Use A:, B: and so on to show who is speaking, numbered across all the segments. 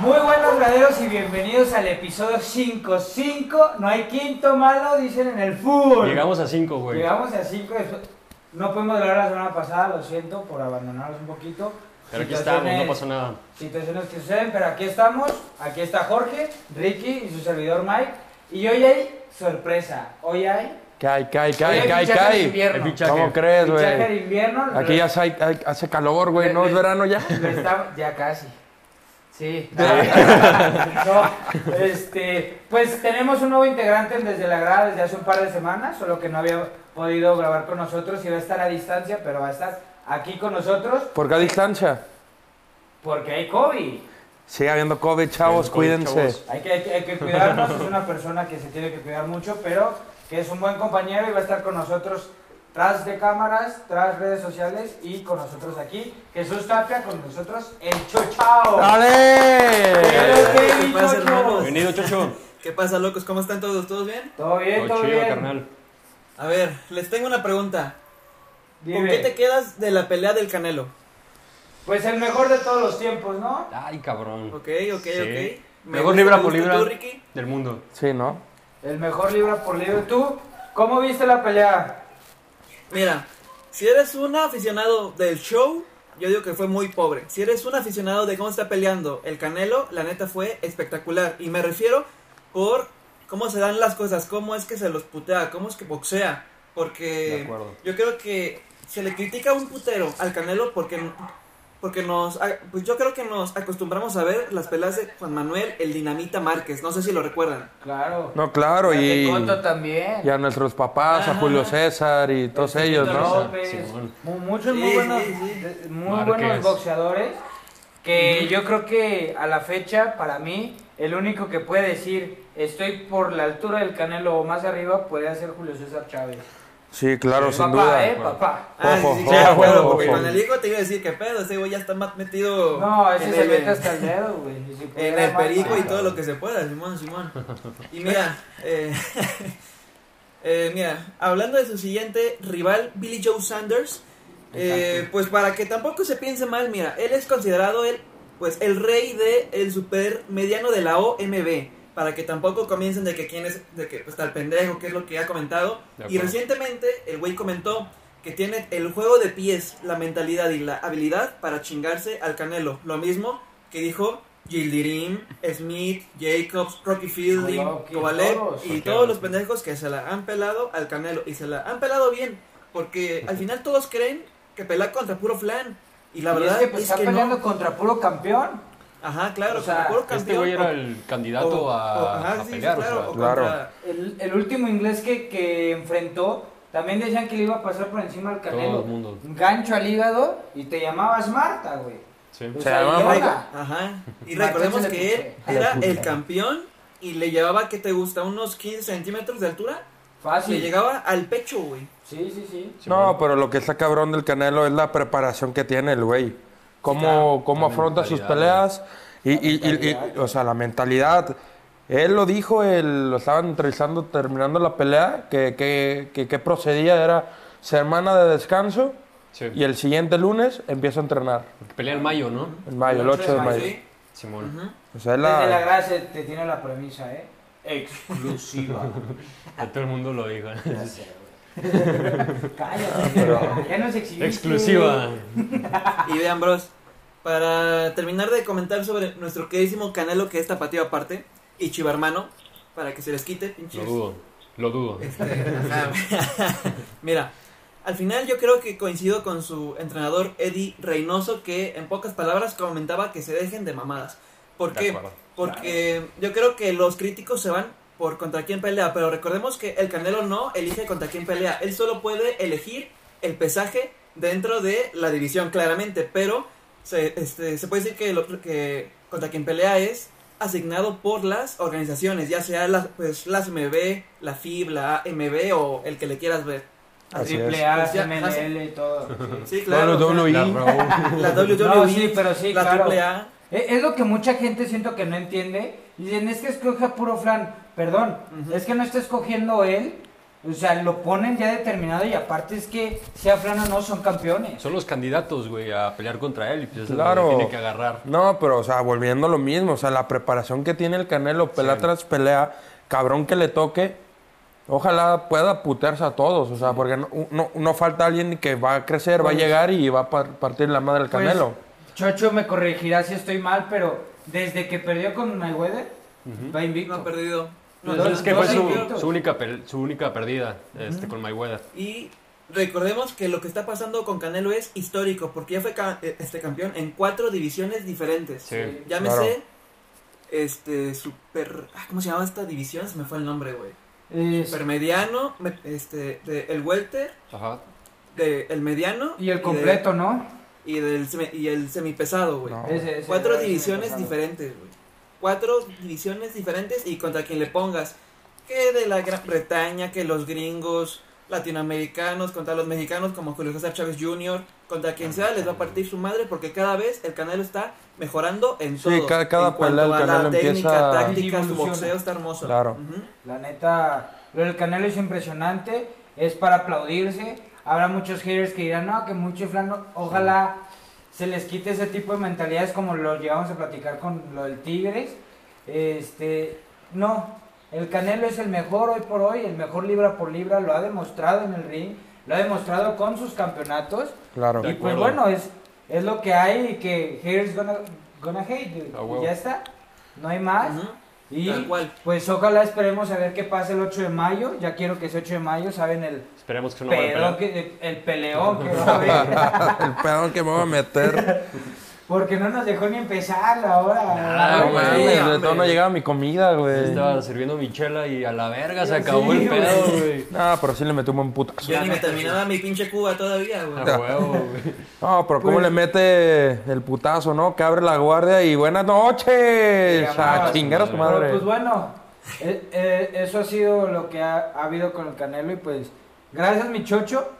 A: Muy buenos graderos y bienvenidos al episodio 5. 5, no hay quinto malo, dicen en el fútbol.
B: Llegamos a 5, güey.
A: Llegamos a 5 No pudimos grabar la semana pasada, lo siento por abandonarnos un poquito.
B: Pero aquí estamos, no
A: Situaciones-
B: pasó nada.
A: situaciones que suceden, pero aquí estamos, aquí está Jorge, Ricky y su servidor Mike. Y hoy hay sorpresa, hoy hay
C: Cae, cae,
A: Oye,
C: cae,
A: el
C: cae,
A: fichaje de
C: cae.
A: invierno.
B: El fichaje.
C: ¿Cómo crees,
A: fichaje de
C: güey?
A: invierno.
C: Aquí
A: Lo-
C: ya hace, hay- hace calor, güey, ¿no es verano ya?
A: lo está- ya casi. Sí. No, este, pues tenemos un nuevo integrante en desde la grada desde hace un par de semanas, solo que no había podido grabar con nosotros y va a estar a distancia, pero va a estar aquí con nosotros
C: ¿Por qué a distancia?
A: porque hay COVID.
C: Sigue habiendo COVID, chavos,
B: Sigue habiendo COVID,
C: cuídense.
B: chavos.
A: Hay que, hay que- hay que cuidarnos, es una persona que se tiene que cuidar mucho, pero que es un buen compañero y va a estar con nosotros tras de cámaras, tras redes sociales y con nosotros aquí. Jesús Tapia, con nosotros el Chochao.
C: Ah, ¡Dale!
A: Pero, ¿qué
D: ¿Qué pasa,
A: dicho,
D: hermanos?
A: Chocho?
B: Bienvenido, Chocho.
D: ¿Qué pasa, locos? ¿Cómo están todos? ¿Todos bien?
A: Todo bien,
B: Todo
A: todo
B: chido,
A: bien.
B: carnal.
D: A ver, les tengo una pregunta. ¿Con
A: Dime.
D: qué te quedas de la pelea del Canelo?
A: Pues el mejor de todos los tiempos, ¿no?
B: Ay, cabrón.
D: Ok, ok, ok.
B: Sí.
D: Me
B: Mejor
D: gusta,
B: libra
D: me
B: por
D: gusta.
B: libra.
D: ¿Tú, Ricky?
B: Del mundo.
C: Sí, ¿no?
A: El mejor libra por libra. ¿Tú cómo viste la pelea?
D: Mira, si eres un aficionado del show, yo digo que fue muy pobre. Si eres un aficionado de cómo está peleando el Canelo, la neta fue espectacular. Y me refiero por cómo se dan las cosas, cómo es que se los putea, cómo es que boxea.
B: De
D: Porque
B: acuerdo.
D: yo creo que se le critica un putero al Canelo porque, porque nos... Pues yo creo que nos acostumbramos a ver las peleas de Juan Manuel, el Dinamita Márquez. No sé si lo recuerdan.
A: Claro.
C: No, claro,
A: La de
C: y,
A: Cotto también.
C: y a nuestros papás, a Julio César y todos ellos, ¿no?
A: López,
B: Simón.
A: mu- muchos
D: Sí,
A: muy buenos,
D: sí, sí.
A: de- muy
B: Márquez.
A: buenos boxeadores que yo creo que a la fecha para mí el único que puede decir estoy por la altura del Canelo o más arriba puede ser Julio César Chávez.
C: Sí, claro, sin
A: papá,
C: duda.
A: eh, papá.
D: Ah,
C: Ojo,
D: sí, sí,
C: ojo,
D: claro, claro,
C: ojo,
D: porque
C: ojo.
D: con el hijo te iba a decir que pedo, ese güey ya está más metido
A: No, ese
D: en
A: se
D: el-
A: mete hasta el dedo, güey. y si
D: En
A: pudiera
D: el
A: más,
D: perico y
A: más.
D: todo lo que se pueda, Simón, Simón. Y mira, eh, eh, mira, hablando de su siguiente rival, Billy Joe Sanders, eh, pues para que tampoco se piense mal, mira, él es considerado el, pues, el rey de el super mediano de la OMB. Para que tampoco comiencen de que quién es, de que pues tal pendejo, que es lo que ha comentado.
B: De
D: Y
B: acuerdo.
D: recientemente el güey comentó que tiene el juego de pies, la mentalidad y la habilidad para chingarse al Canelo. Lo mismo que dijo Gildirim, Smith, Jacobs, Rocky Fielding,
A: Golovkin,
D: Kovalev
A: todos.
D: y todos los pendejos que se la han pelado al Canelo. Y se la han pelado bien, porque al final todos creen que pelea contra puro flan. Y la
A: Y
D: verdad
A: es que pues,
D: es
A: está
D: que
A: peleando
D: no.
A: contra puro campeón.
D: Ajá, claro,
A: O sea,
D: contra puro
B: Este
D: campeón.
B: güey era
D: o-
B: el candidato
D: o-
B: a,
D: o- ajá,
B: a
D: sí, sí,
B: pelear. o sea,
D: claro, o
C: Claro.
D: contra-
A: El, el último inglés que, que enfrentó también decían que le iba a pasar por encima al Canelo.
B: todo el mundo.
A: Un gancho al hígado y te llamabas Marta, güey.
B: Sí.
A: O
C: Se
A: sea,
C: llamaba
A: y
C: Marta.
A: ahora,
D: Ajá. Y
A: Marta
D: recordemos
A: se le
D: que él
A: pichó.
D: era el campeón y le llevaba, ¿qué te gusta? Unos 15 centímetros de altura. Le
B: Ah,
A: Fácil.
D: llegaba al pecho, güey.
A: Sí, sí, sí.
C: No, pero lo que está cabrón del Canelo es la preparación que tiene el güey. Cómo, cómo afronta sus
B: mentalidad,
C: peleas y, y- y- y-
A: mentalidad.
C: o sea, la mentalidad. Él lo dijo, él, lo estaban entrevistando terminando la pelea, que, que, que- que procedía era semana de descanso
B: sí.
C: y el siguiente lunes empieza a entrenar,
B: Porque pelea en mayo, ¿no?
C: en mayo, el 8 de mayo.
D: Sí.
B: Simón.
D: Ujú.
C: O sea,
A: Desde
C: es
A: la
C: la...
A: gracia te tiene la premisa, ¿eh? Exclusiva.
B: A todo el mundo lo dijo.
A: Ya sé, güey. Cállate. ya nos exhibiste.
B: Exclusiva.
D: Y vean, bros, para terminar de comentar sobre nuestro queridísimo Canelo, que es tapatío aparte, y chivarmano, para que se les quite,
B: Lo
D: pinches.
B: dudo. Lo dudo.
D: Este, ajá. Mira, al final yo creo que coincido con su entrenador Eddie Reynoso, que en pocas palabras comentaba que se dejen de mamadas. ¿Por
B: De
D: qué?
B: acuerdo.
D: Porque yo creo que los críticos se van por contra quién pelea, pero recordemos que el Canelo no elige contra quién pelea, él solo puede elegir el pesaje dentro de la división, claramente, pero se, este, se puede decir que, lo, que contra quien pelea es asignado por las organizaciones, ya sea las, pues, las MB, la FIB, la AMB o el que le quieras ver.
C: Así es.
A: Triple A,
D: Pues ya,
A: CMNL y todo. sí.
D: Sí, claro. o sea,
C: WWE.
B: La Raw.
D: la WWE,
A: No, sí, pero sí,
D: la
A: claro.
D: AAA.
A: E, Es es lo que mucha gente siento que no entiende. Dicen, es que escoge a puro flan. Perdón,
D: Ujú.
A: es que no está escogiendo él O sea, lo ponen ya determinado y aparte es que, sea Fran o no, son campeones.
B: Son los candidatos, güey, a pelear contra él y pues es el
C: Claro.
B: que tiene que agarrar.
C: No, pero, o sea, volviendo a lo mismo, o sea, la preparación que tiene el Canelo, pelea tras pelea, cabrón que le toque, ojalá pueda putearse a todos, o sea, porque no, no, no falta alguien que va a crecer, va a llegar y va a par- partir la madre del
A: Pues,
C: Canelo.
A: Chocho me corregirá si estoy mal, pero desde que perdió con Mayweather, va
D: No
A: invicto.
D: ha perdido.
A: No,
B: Pues es que
A: no
B: fue
A: sé
B: su,
A: qué-
B: su única, pel- su única perdida este, con Mayweather.
D: Y recordemos que lo que está pasando con Canelo es histórico, porque ya fue ca- eh, este campeón en cuatro divisiones diferentes.
B: Sí.
D: Llámese este super ah, ¿cómo se llamaba esta división? Se me fue el nombre, güey.
A: Es-
D: Supermediano, me- este de- el welter,
B: Ajá.
D: de, el mediano
A: y el
D: de-
A: completo, ¿no?
D: y del semi- y el semipesado, güey.
C: No.
A: Ese- ese
D: Cuatro
A: era el
D: divisiones
A: pasado.
D: diferentes, güey. Cuatro divisiones diferentes y contra quien le pongas. Que de la Gran Bretaña, que los gringos, latinoamericanos, contra los mexicanos como Julio César Chávez Jr., contra
A: Ah,
D: quien sea, les va a partir su madre porque cada vez el Canelo está mejorando en
C: Sí,
D: todo.
C: cada- cada
D: En cuanto
C: pelea el
D: a la
C: Canelo
D: técnica,
C: empieza-
D: táctica, su
A: Evoluciona.
D: boxeo está hermoso.
C: Claro.
D: Ujú.
A: La neta, lo del Canelo es impresionante, es para aplaudirse. Habrá muchos haters que dirán, no, que mucho flan, no". ojalá se les quite ese tipo de mentalidades como lo llevamos a platicar con lo del Tigres. Este, no, el Canelo es el mejor hoy por hoy, el mejor libra por libra, lo ha demostrado en el ring, lo ha demostrado con sus campeonatos.
C: Claro.
B: De
A: y pues
B: acuerdo.
A: bueno, es, es lo que hay y que haters gonna, gonna hate, dude.
B: A huevo.
A: Y ya está, no hay más.
D: Ujú.
A: Y
D: Tal cual.
A: pues ojalá esperemos a ver qué pasa el 8 de mayo. Ya quiero que ese 8 de mayo, saben el
B: Esperemos que no vaya a
A: pedo
B: pelear.
A: que, el peleón que va a haber.
C: el pedo que me va a meter.
A: Porque no nos dejó ni empezar la hora.
B: Nah,
C: No
B: güey,
C: mames, de todo no
D: hombre.
C: llegaba mi comida, güey.
B: Estaba sirviendo mi chela y a la verga se
A: Sí,
B: acabó
A: güey.
B: el pedo, güey.
C: No, Ah, pero sí le metimos un putazo.
D: Yo ni me terminaba mi pinche Cuba todavía, güey.
B: A huevo, güey.
C: No, pero cómo
A: Pues-
C: le mete el putazo, ¿no? Que abre la guardia y buenas noches.
A: Sí,
C: A
A: amor.
C: chingar a su
A: Pero,
C: madre.
A: pues bueno, eh, eh, eso ha sido lo que ha, ha habido con el Canelo. Y pues gracias, mi Chocho.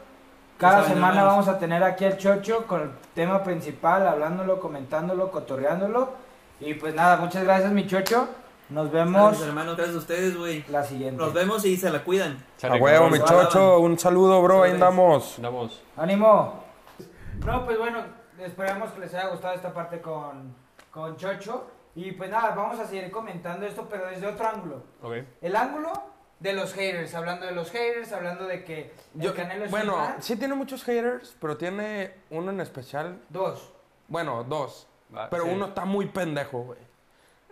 A: Cada
D: Pues, saben,
A: semana
D: hermanos.
A: vamos a tener aquí al Chocho con el tema principal, hablándolo, comentándolo, cotorreándolo. Y pues nada, muchas gracias, mi Chocho. Nos vemos
D: Gracias, hermano, gracias a ustedes, güey.
A: la siguiente.
D: Nos vemos y se la cuidan.
C: A huevo, mi
B: cabrón.
C: chocho. Un saludo, bro. Ahí
D: Saludos.
C: andamos.
B: Andamos.
A: ¡Ánimo! No, pues bueno, esperamos que les haya gustado esta parte con, con Chocho. Y pues nada, vamos a seguir comentando esto, pero desde otro ángulo.
B: Ok.
A: El ángulo de los haters, hablando de los haters, hablando de que el
C: Yo-
A: Canelo es
C: bueno,
A: un mal.
C: sí tiene muchos haters, pero tiene uno en especial.
A: Dos.
C: Bueno, dos.
B: Va,
C: pero
B: sí.
C: uno está muy pendejo, güey.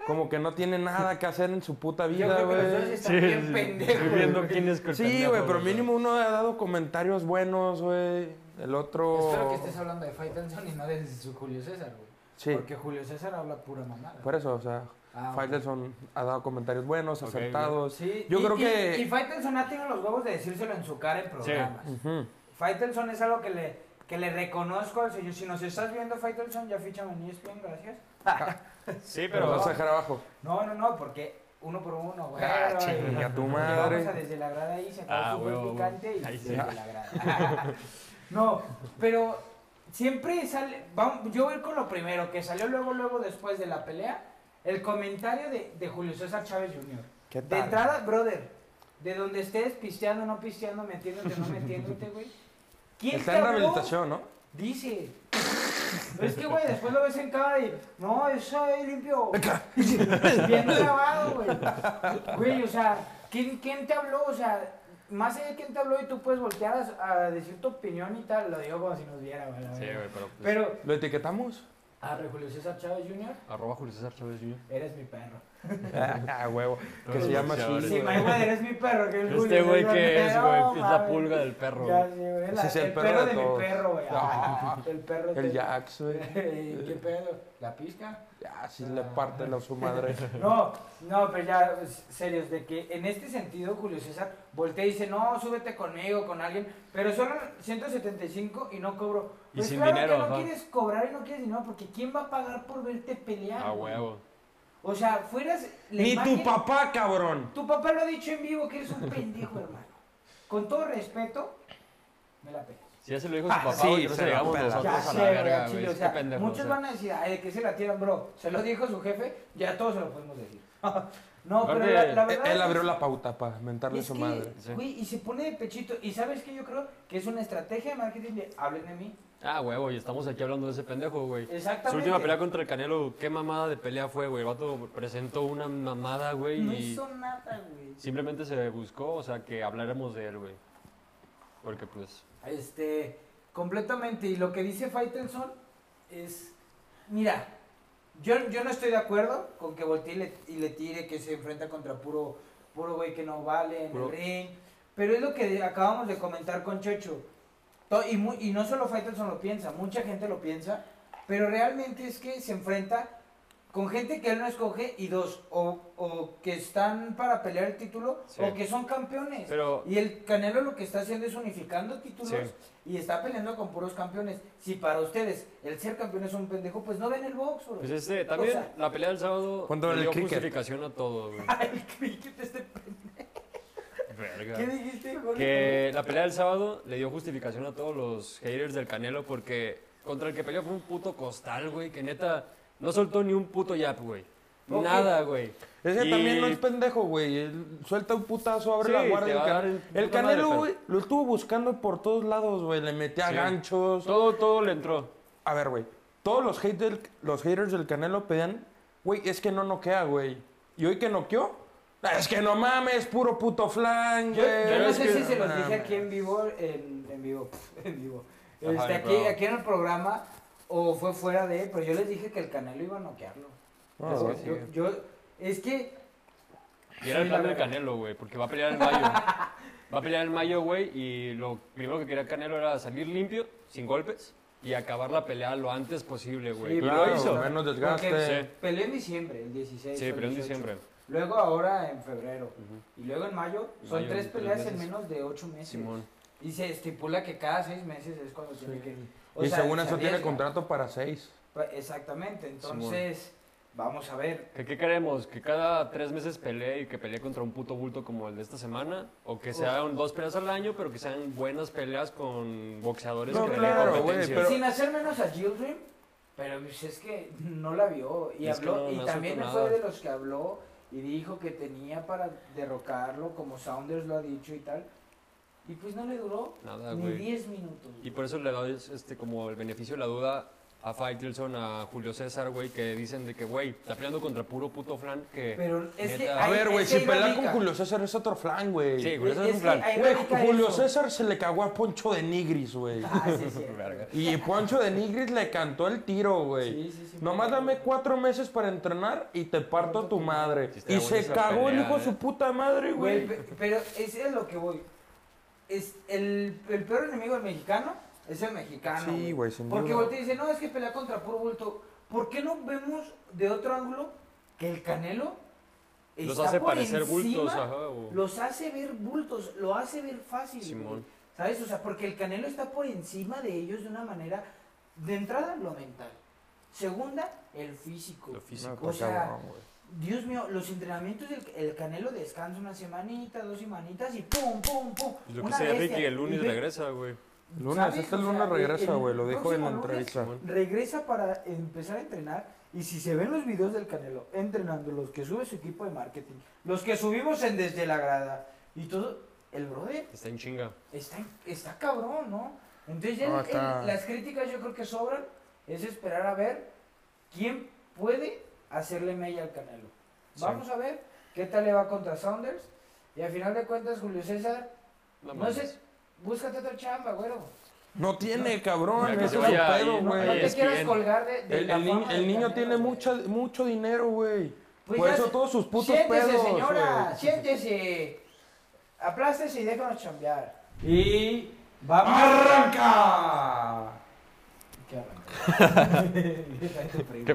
C: Como que no tiene nada que hacer en su puta
A: Yo
C: vida,
A: creo que los dos
C: güey.
A: están bien pendejos.
B: Estoy viendo quién es el
C: Sí,
B: pendejo,
C: güey, pero mínimo uno ha dado comentarios buenos, güey. El otro.
A: Espero que estés hablando de Fight Nelson y no de su Julio César, güey.
C: Sí,
A: Porque Julio César habla pura mamada.
C: por eso, o sea,
A: Ah, ok.
C: Faitelson ha dado comentarios buenos,
B: Ok,
C: acertados.
A: Sí,
C: Yo
A: y-
C: creo
A: y-
C: que-
A: Y Faitelson ha tenido los huevos de decírselo en su cara en programas.
C: Ujú.
A: Faitelson es algo que le, que le reconozco al señor. Si nos estás viendo, Faitelson, ya ficha en E ESPN, gracias.
B: Sí,
C: Pero
B: pero.
C: vas a dejar abajo.
A: No, no, no, porque uno por uno, güey.
C: Ah, chinga tu madre.
A: Vamos a desde la grada ahí, se acaba
B: Ah,
A: el fútbol
B: huevo, huevo.
A: picante y
B: Ahí sí.
A: desde la grada. no, pero siempre sale. vamos- yo voy a ir con lo primero, que salió luego, luego después de la pelea, el comentario de, de Julio César Chávez Jr.
C: ¿Qué
A: De
C: tal?
A: entrada, brother, de donde estés pisteando, no pisteando, metiéndote, no metiéndote, güey. ¿Quién
C: Está
A: te
C: en
A: habló?
C: rehabilitación, ¿no?
A: Dice. Pero es que, güey, después lo ves en cámara y. No, eso es limpio. Bien grabado, güey. Güey, o sea, ¿quién, quién te habló? O sea, más allá de quién te habló y tú puedes voltear a, a decir tu opinión y tal. Lo digo como si nos viera, güey. la
B: Sí,
A: verdad.
B: güey, pero. pues,
A: Pero,
C: ¿Lo etiquetamos?
A: ah, pero Julio César Chávez Jr.,
B: Arroba Julio César Chávez Jr.
A: eres mi perro.
C: ah, huevo. Que
B: Los
C: se llama
A: Y
B: boxeadores.
C: así.
A: si Mayweather eres mi perro, que es
B: Este
A: Julio
B: güey
A: César,
B: que es,
A: no,
B: güey. Es la
A: mames.
B: pulga del perro.
A: Ya
B: güey.
A: sé, güey,
C: Ese
A: la-
C: es el
A: el
C: perro
A: perro
C: de
A: de mi
C: todos.
A: perro, güey. Ah, El perro
C: El
A: de-
C: Jax, güey.
A: Ey, ¿Qué pedo? ¿La pizca?
C: Ya, sí le parte la su madre.
A: No, no, pero ya, s- serios, de que en este sentido Julio César voltea y dice, no, súbete conmigo, con alguien, pero solo 175 y no cobro.
B: Y
A: Pues
B: sin
A: claro
B: dinero,
A: que no
B: ajá.
A: quieres cobrar y no quieres dinero, porque ¿quién va a pagar por verte pelear?
B: A
A: güey?
B: Ah, huevo.
A: O sea, fueras... la
C: Ni
A: imagen-
C: tu papá, cabrón.
A: Tu papá lo ha dicho en vivo que eres un pendejo, hermano. Con todo respeto, me la pelas.
B: Si ya se lo dijo su papá,
C: Ah, sí,
B: güey, pero
C: se
B: se
C: la
B: llegamos
C: pela.
B: nosotros
A: Ya
B: a
A: sé,
B: la
A: güey,
B: verga,
A: al
B: güey.
A: chile, o
B: Es que
A: sea,
B: pendejo.
A: muchos van a decir, ay, de que se la tiran, bro. Se lo dijo su jefe, ya todos se lo podemos decir. No, pero la, la verdad.
C: Él abrió la pauta para mentarle
A: es
C: su
A: que,
C: madre.
A: Güey, y se pone de pechito. Y sabes que yo creo que es una estrategia de marketing de hablen de mí.
B: Ah, huevo, y estamos aquí hablando de ese pendejo, güey.
A: Exactamente.
B: Su última pelea contra el Canelo, ¿qué mamada de pelea fue, güey? El vato presentó una mamada, güey,
A: No
B: y
A: hizo nada, güey.
B: simplemente se buscó, o sea, que habláramos de él, güey. Porque, pues,
A: Este, completamente. Y lo que dice Faitelson es, mira, yo, yo no estoy de acuerdo con que voltee y le, y le tire, que se enfrenta contra puro puro güey que no vale en
B: Puro-
A: el ring. Pero es lo que acabamos de comentar con Checho. To- Y, mu- y no solo Faitelson lo piensa, mucha gente lo piensa. Pero realmente es que se enfrenta con gente que él no escoge y dos, o, o que están para pelear el título
B: Sí.
A: o que son campeones.
B: pero
A: Y el Canelo lo que está haciendo es unificando títulos
B: Sí.
A: y está peleando con puros campeones. Si para ustedes el ser campeón es un pendejo, pues no ven el box, bro.
B: Pues este, también
A: O sea-
B: la pelea del sábado
C: ¿Cuánto vale
B: le
C: el
B: dio
C: cricket?
B: justificación a todo, güey.
A: El cricket este pendejo. ¿Qué
B: Verga.
A: dijiste, Jorge?
B: Que la pelea del sábado le dio justificación a todos los haters del Canelo porque contra el que peleó fue un puto costal, güey, que neta no soltó ni un puto jab, güey.
A: Ok.
B: Nada, güey.
C: Es que
B: Y-
C: también no es pendejo, güey. Él Suelta un putazo, abre
B: Sí,
C: la
B: te
C: guardia.
B: va
C: El,
B: a
C: can-
B: dar el
C: el
B: puta madre,
C: Canelo,
B: pero-
C: güey, lo estuvo buscando por todos lados, güey. Le metía
B: Sí.
C: ganchos.
B: Todo, todo le entró.
C: A ver, güey. Todos los, hate del- los haters del Canelo pedían, güey, es que no noquea, güey. Y hoy que noqueó, Ah, es que no mames, puro puto flan,
A: Yo,
C: güey.
A: yo no
B: es
A: sé
B: que-
A: si se los
C: no
A: dije
C: mames.
A: aquí en vivo, en, en vivo, en vivo.
B: Ajá,
A: Este,
B: en
A: aquí,
B: vivo.
A: aquí en el programa o fue fuera de, pero yo les dije que el Canelo iba a noquearlo.
C: No,
B: Es que
C: güey.
B: sí.
A: Yo, yo- es que
B: Y era
A: Sí,
B: el plan
A: la
B: del
A: verdad.
B: Canelo, güey, porque va a pelear en mayo. va a pelear en mayo, güey, y lo primero que quería Canelo era salir limpio, sin golpes, y acabar la pelea lo antes posible, güey.
A: Sí,
B: y
A: claro,
B: lo hizo.
C: menos desgaste.
A: porque
B: Sí.
A: peleó en diciembre, el 16.
B: Sí,
A: o el
B: pero en
A: 18.
B: diciembre.
A: Luego ahora en febrero. Y luego en mayo son
B: Mayo,
A: tres
B: tres
A: peleas en
B: meses.
A: menos de ocho meses.
B: Simón.
A: Y se estipula que cada seis meses es cuando tiene que. o
C: y
A: sea,
C: según
A: se
C: eso tiene
A: arriesga.
C: contrato para seis.
A: Pa- Exactamente, entonces vamos a ver.
B: ¿Qué, qué queremos? ¿Que cada tres meses pelee y que pelee contra un puto bulto como el de esta semana? ¿O que sean dos peleas al año, pero que sean buenas peleas con boxeadores
C: No,
B: que den
C: claro, güey,
B: competencia?
C: Pero-
A: Sin hacer menos a Gildrim, pero pues, es que no la vio y
B: Es que
A: habló.
B: no-
A: y
B: no
A: también
B: aceptó
A: fue
B: nada.
A: de los que habló y dijo que tenía para derrocarlo, como Saunders lo ha dicho y tal. Y pues no le duró
B: Nada,
A: ni
B: güey.
A: 10 minutos.
B: Y por eso le doy este, como el beneficio de la duda a Faitelson, a Julio César, güey, que dicen de que, güey, está peleando contra puro puto flan que...
A: Pero es que
B: Neta.
C: A
A: ahí-
C: ver, güey,
A: es
C: si
A: que ahí
C: pelea con
A: radica.
C: Julio César es otro flan, güey.
B: Sí, güey, eso es,
A: Es
B: un
A: que
B: flan.
A: hay-
C: Güey,
A: radica
C: Julio
A: eso.
C: César se le cagó a Poncho de Nigris, güey.
A: Ah, sí, sí.
B: Verga.
C: Y Poncho de Nigris le cantó el tiro, güey.
A: Sí, sí, sí,
C: Nomás
A: pero-
C: dame cuatro meses para entrenar y te parto a tu madre.
B: Sí, está
C: Y
B: buena
C: se
B: esa
C: cagó el
B: pelea,
C: hijo de
B: eh.
C: su puta madre,
A: Güey,
C: güey.
A: pe- pero ese es lo que voy. Es el, el peor enemigo del mexicano es el mexicano.
C: Sí, güey, sin
A: Porque
C: duda.
A: voltea y dice, no, es que pelea contra puro bulto. ¿Por qué no vemos de otro ángulo que el Canelo
B: Los
A: está
B: hace
A: por
B: parecer
A: encima,
B: bultos, ajá, o-
A: Los hace ver bultos, lo hace ver fácil.
B: Simón.
A: güey. ¿Sabes? O sea, porque el Canelo está por encima de ellos de una manera, de entrada, lo mental. Segunda, el físico.
B: Lo físico.
C: No,
A: O
C: está
A: sea,
C: cabrón, güey.
A: Dios mío, los entrenamientos del el Canelo descansa una semanita, dos semanitas y pum, pum, pum.
B: Pues Lo que
A: Una
B: dice
A: bestia.
B: Ricky, el
A: Y
B: lunes
A: ve-
B: regresa, güey.
C: Lunes,
A: ¿sabes?
C: este
A: O sea,
C: lunes
A: el-
C: regresa,
A: el
C: güey. Lo dijo en la
A: próximo lunes
C: entrevista.
A: Regresa para empezar a entrenar y si se ven los videos del Canelo entrenando, los que sube su equipo de marketing, los que subimos en Desde la Grada y todo, el brother
B: Está en chinga.
A: está, está cabrón, ¿no? Entonces ya
C: No,
A: el-
C: está-
A: el- las críticas yo creo que sobran, es esperar a ver quién puede hacerle mella al Canelo.
B: Sí.
A: Vamos a ver qué tal le va contra Saunders y al final de cuentas Julio César,
B: No
A: no
B: mames.
A: sé, búscate otra chamba, güero.
C: No tiene, cabrón.
B: Mira que
C: Ese
B: se
C: es el
B: vaya
C: pedo,
B: ahí,
A: No, no
C: güey.
A: te
B: es
A: quieras
B: bien.
A: colgar de, de
C: El,
A: la
C: el ni-
A: fama
C: el
A: del
C: niño
A: Canelo,
C: tiene
A: güey.
C: mucha, mucho dinero, güey.
A: Pues
C: Por
A: ya
C: eso
A: se-
C: todos sus putos
A: siéntese,
C: pedos,
A: señora,
C: güey.
A: siéntese. Aplástese y déjanos chambear. Y vamos.
C: ¡Arranca!
A: ¿Qué
B: Qué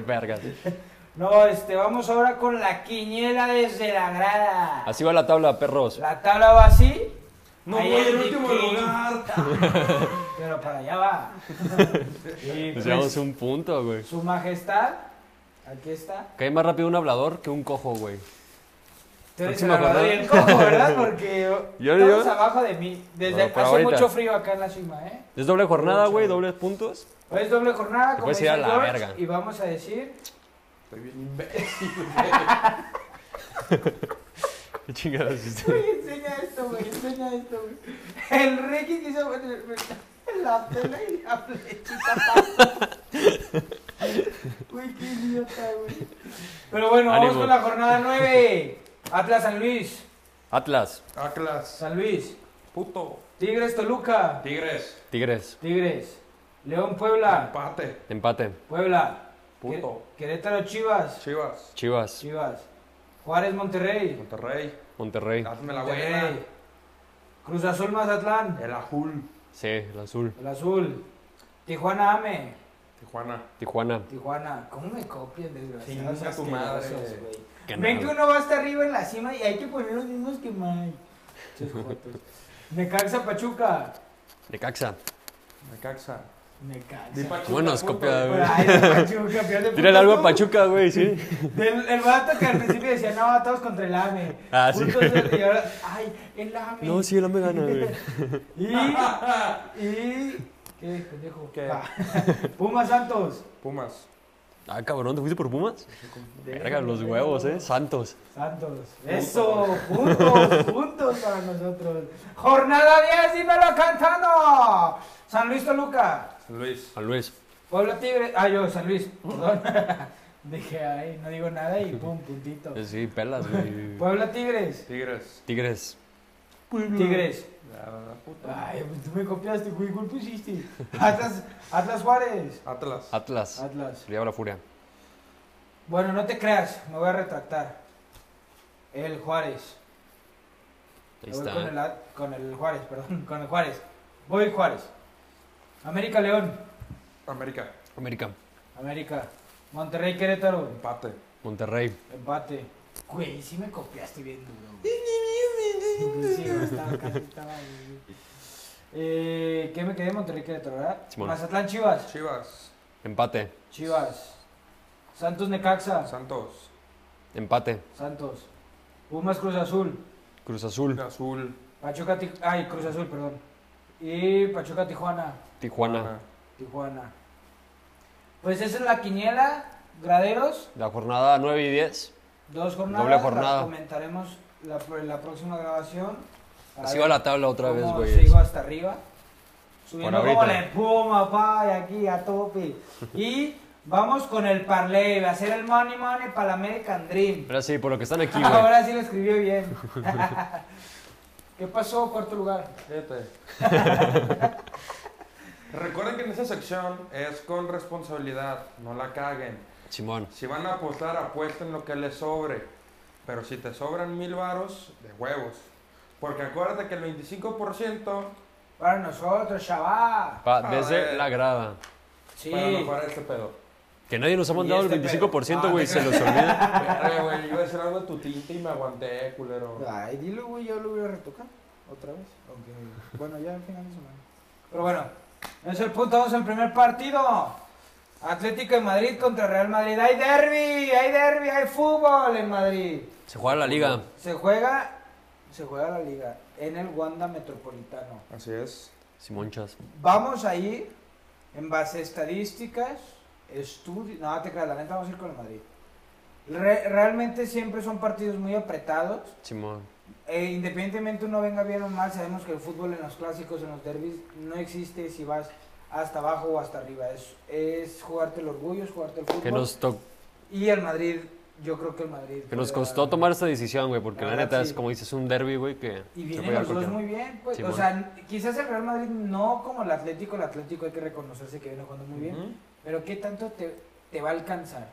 A: arranca?
B: vergas.
A: no, este, vamos ahora con la quiniela desde la grada.
B: Así va la tabla, perros.
A: La tabla va así.
C: No
A: Ahí
C: voy
A: el
C: en
A: de
C: último
A: King,
C: lugar.
A: Pero para allá va. Y,
B: Nos
A: pues,
B: llevamos un punto, güey.
A: Su majestad, aquí está.
B: Cae más rápido un hablador que un cojo, güey.
A: Tú eres el
B: Próxima
A: hablador y
B: jornada.
A: el cojo, ¿verdad? Porque
B: Yo-
A: estamos
B: yo-
A: abajo de mí. Desde
B: Bueno,
A: hace
B: pero ahorita.
A: mucho frío acá en la cima, ¿eh?
B: Es doble jornada,
A: Mucho,
B: güey,
A: güey.
B: dobles puntos.
A: Hoy es doble jornada, como
B: puedes
A: dice
B: ir a la
A: George,
B: verga.
A: y vamos a decir...
C: Estoy bien imbécil.
B: ¿Qué chingados este. hiciste?
A: Güey, enseña esto, güey, enseña esto, güey. El Ricky quiso poner la tela y la flechita pasó. Güey, qué idiota, güey. Pero bueno, vamos
B: Ánimo.
A: con la jornada 9. Atlas San Luis,
B: Atlas,
C: Atlas.
A: San Luis,
C: Puto.
A: Tigres Toluca,
C: Tigres.
B: Tigres,
A: Tigres, León Puebla,
C: Empate.
B: empate,
A: Puebla,
C: Puto.
A: Quer- Querétaro Chivas,
C: Chivas.
B: Chivas,
A: Chivas, Juárez Monterrey,
C: Monterrey.
B: Monterrey,
C: Hazme la buena.
A: Monterrey, Cruz Azul Mazatlán,
C: El Ajul.
B: sí, el azul,
A: el Azul, Tijuana Ame.
C: Tijuana.
B: Tijuana,
A: Tijuana, ¿cómo me copian, desgraciados?
C: Chinga tu madre.
A: asquerosos, güey?
B: Que
A: Ven
B: no.
A: que uno va hasta arriba en la cima y hay que poner los mismos que Mike. Ches jotos. Necaxa Pachuca.
B: Necaxa.
C: Necaxa. Di
A: Necaxa.
C: Pachuca,
B: ¿Cómo nos
C: puto.
B: copia, güey?
A: Ay, Pachuca, pierde
B: Tírale algo a Pachuca, güey, sí.
A: Del, el vato que al principio decía, no, todos contra el AME.
B: Ah, sí.
A: Juntos, y ahora, ay, el AME.
B: No, sí, el AME gana, güey.
A: Y, y, ¿qué, pendejo?
C: ¿Qué?
A: Ah. Puma Santos.
C: Pumas.
B: Ah, cabrón, ¿te fuiste por Pumas? Verga, los huevos, eh. Santos.
A: Santos. Eso, juntos, juntos para nosotros. Jornada 10, dímelo cantando. San Luis Toluca.
C: San Luis.
B: San Luis,
A: Pueblo Tigre. Ah, yo, San Luis, perdón. Dije, ay, no digo nada y pum, puntito.
B: Eh, sí, pelas, güey.
A: Puebla Tigres.
C: Tigres.
B: Tigres,
A: Tigres.
C: La, la puta.
A: Ay, pues tú me copiaste, güey, ¿cuál pusiste? Atlas, Atlas Juárez.
C: Atlas.
B: Atlas,
A: Atlas.
B: Diablo la Furia,
A: Bueno, no te creas, me voy a retractar. El Juárez.
B: ahí
A: Me voy Con el,
B: está.
A: A- con el Juárez, perdón, con el Juárez. Voy Juárez. América León,
C: América.
B: América,
A: América. Monterrey Querétaro,
C: Empate.
B: Monterrey,
A: empate. Güey, sí me copiaste bien duro. güey. Sí, no, estaba casi, estaba ahí, güey. Eh, ¿Qué me quedé? Monterrey Querétaro, ¿verdad?
B: Simón.
A: Mazatlán Chivas,
C: Chivas.
B: empate,
A: Chivas. Santos Necaxa,
C: Santos.
B: empate,
A: Santos. Pumas Cruz Azul,
B: Cruz Azul,
C: Azul.
A: Pachuca Ti- ay, Cruz Azul, perdón. Y Pachuca Tijuana.
B: Tijuana.
A: Tijuana. Pues esa es la quiniela, graderos,
B: La jornada 9 y 10.
A: dos jornadas.
B: Doble jornada.
A: la comentaremos la, la próxima grabación. para
B: Así va
A: ver
B: la tabla otra vez,
A: cómo
B: güey.
A: Sigo hasta arriba. Subiendo como
B: ahorita.
A: la espuma, pa, y aquí a tope. Y vamos con el parlay, va a ser el money money para la American Dream.
B: Ahora sí, por lo que están aquí, güey.
A: Ahora sí lo escribió bien. ¿Qué pasó, cuarto lugar?
C: Fíjate. Recuerden que en esa sección es con responsabilidad, no la caguen.
B: Simón.
C: Si van a apostar, apuesten lo que les sobre. Pero si te sobran mil varos, de huevos. Porque acuérdate que el 25%
A: Para nosotros, chaval.
B: Pa-
C: A
B: desde
C: ver.
B: la grada.
A: Sí.
C: para mejorar este pedo.
B: Que nadie nos ha mandado
A: este
B: el 25%,
A: pedo.
B: güey.
A: Ah,
B: se los olvida.
C: Verga, güey, iba a decir algo de tu tinta y me aguanté, culero.
A: Ay, dilo, güey, yo lo voy a retocar otra vez. Aunque, bueno, ya al final de semana. Pero bueno, es el punto 2 el primer partido. Atlético de Madrid contra Real Madrid. ¡Hay derby! ¡Hay derby! ¡Hay fútbol en Madrid!
B: Se juega la liga.
A: Se juega, se juega la liga en el Wanda Metropolitano.
C: Así es.
B: Simonchas.
A: Vamos a ir en base a estadísticas, estudios. No, te creas, la neta vamos a ir con el Madrid. Re- realmente siempre son partidos muy apretados.
B: Simón.
A: Eh, independientemente uno venga bien o mal, sabemos que el fútbol en los clásicos, en los derbis, no existe si vas hasta abajo o hasta arriba. Es, es jugarte el orgullo, es jugarte el fútbol.
B: Que nos, to-
A: Y el Madrid, yo creo que el Madrid.
B: que nos
A: puede
B: costó
A: dar-
B: tomar esta decisión, güey. Porque la
A: La verdad,
B: neta es,
A: sí.
B: como dices, un derby, güey. Que
A: Y
B: se
A: vienen
B: puede dar
A: los dos
B: cualquiera.
A: muy bien. Pues,
B: Sí,
A: o
B: bueno.
A: sea, quizás el Real Madrid no como el Atlético. El Atlético hay que reconocerse que viene jugando muy bien.
C: Ujú.
A: Pero ¿qué tanto te, te va a alcanzar?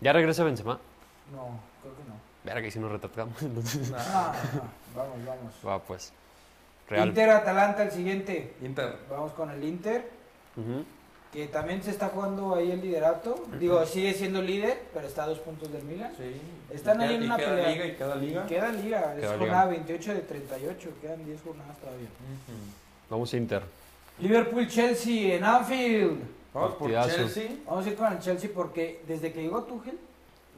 B: Ya regresa Benzema.
A: No, creo que no.
B: Verga, que si nos retratamos.
A: No, no, vamos, vamos.
B: Va, pues. Real.
A: Inter-Atalanta, el siguiente.
C: Inter.
A: Vamos con el Inter.
B: Ujú.
A: que también se está jugando ahí el liderato. Digo, sigue siendo líder, pero está a dos puntos del Milan.
C: Sí.
A: Están
C: Y
A: ahí
C: queda-
A: en
C: y
A: una
C: queda
A: pelea.
C: liga y cada liga.
A: Y Queda liga,
B: Queda
A: es
B: liga.
A: jornada 28 de 38, quedan 10 jornadas todavía.
C: Ujú.
B: Vamos Inter.
A: Liverpool-Chelsea en Anfield.
C: Vamos por
B: Partidazo.
C: Chelsea.
A: Vamos a ir con el Chelsea porque desde que llegó Tuchel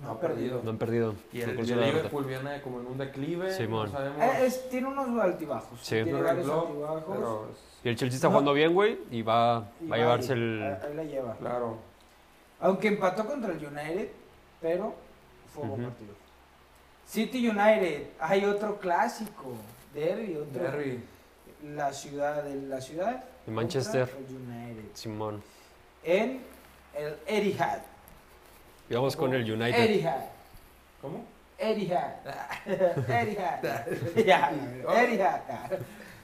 A: no
C: No
A: ha perdido.
B: No han perdido.
C: Y
B: No
C: el, y
B: consigo
C: el
B: la derrota.
C: Liverpool viene como en un declive.
B: Simón.
C: No sabemos.
A: Eh, es- tiene unos altibajos.
B: Sí.
A: Tiene
C: No
A: varios
C: arregló,
A: altibajos.
C: pero
B: Y el Chelsea está
A: No.
B: jugando bien, güey. Y va,
A: y
B: va a llevarse
A: ahí,
B: el.
A: ahí- ahí la lleva.
C: claro.
A: Aunque empató contra el United, pero fue un buen
B: Ujú.
A: partido. City United, hay otro clásico, derby, otro.
E: Derby.
A: La ciudad, de la ciudad.
B: De Manchester.
A: contra el United.
B: Simón.
A: En el Etihad.
B: Y vamos con el United.
A: Etihad.
E: ¿Cómo?
A: Etihad. Etihad. Ya, Etihad.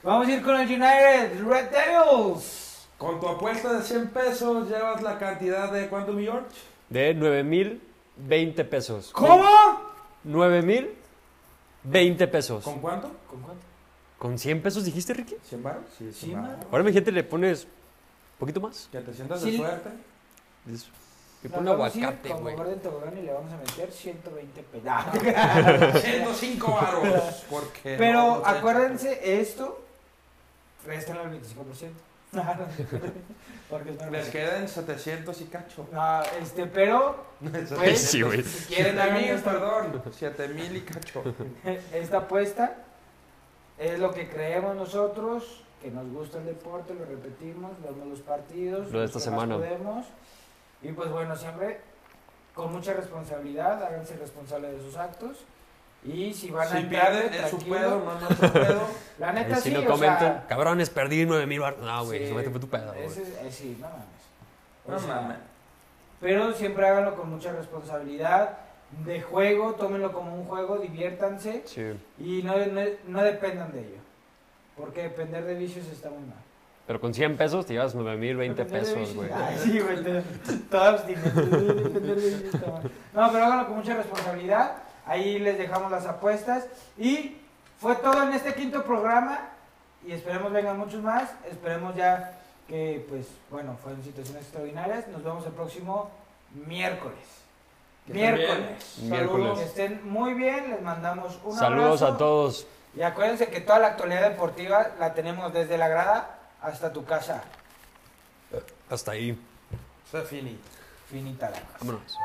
A: Vamos a ir con el United Red Devils.
C: Con tu apuesta de 100 pesos llevas la cantidad de cuánto, mi George?
B: De 9,020 pesos.
A: ¿Cómo?
B: 9,020 pesos.
C: ¿Con cuánto?
A: ¿Con cuánto?
B: ¿Con 100 pesos dijiste, Ricky?
C: ¿100 baros? Sí,
A: cien varos.
B: Ahora mi gente le pones un poquito más.
C: Que te sientas
A: Sí.
C: de suerte.
B: Dices, Le
A: Nos
B: pone
A: vamos a ir
B: aguacate,
A: como
B: güey. Ah.
A: gordo en tobogán y le vamos a meter 120 pedazos.
C: 105 baros. Porque
A: Pero acuérdense, esto restan el 25%. Porque es
C: Les
A: normal.
C: quedan 700 y cacho.
A: Ah, este, pero
B: Ay,
A: pues,
B: sí, güey.
A: si quieren
C: Quieren amigos,
A: amigos,
C: perdón. 7000 y cacho.
A: eh, esta apuesta es lo que creemos nosotros, que nos gusta el deporte, lo repetimos, vemos los partidos,
B: Lo de esta
A: los que más
B: semana.
A: podemos. Y pues bueno, siempre con mucha responsabilidad, háganse responsables de sus actos. Y si van a
C: Si
A: entrar, eh,
C: pierden, es su
A: tranquilo.
C: pedo, no es nuestro pedo.
A: La
B: Ay,
A: neta
B: si
A: sí,
B: no
A: o
B: comentan,
A: sea,
B: cabrones, perdí 9000 bar. No, güey,
A: sí,
B: se mete por tu pedo, güey.
A: ese es- eh, sí, no mames. O
C: No
A: sea,
C: mames.
A: Pero siempre háganlo con mucha responsabilidad, de juego, tómenlo como un juego, diviértanse
B: Sí,
A: y no, no, no dependan de ello. Porque depender de vicios está muy mal.
B: pero con 100 pesos te llevas 9,020
A: Depender de
B: pesos,
A: vicios-
B: güey.
A: Ay, sí, güey. te- Todo abstinente, depender de vicios está mal. No, pero háganlo con mucha responsabilidad. Ahí les dejamos las apuestas. Y fue todo en este quinto programa. Y esperemos vengan muchos más. Esperemos ya que, pues, bueno, fueron situaciones extraordinarias. Nos vemos el próximo miércoles.
C: Que estén bien.
A: Miércoles.
B: Miércoles.
A: Saludos, Que estén muy bien. Les mandamos un
B: Saludos
A: abrazo.
B: a todos.
A: Y acuérdense que toda la actualidad deportiva la tenemos desde la grada hasta tu casa.
B: Hasta ahí.
C: Se fini.
A: Finita la cosa.
B: Vámonos.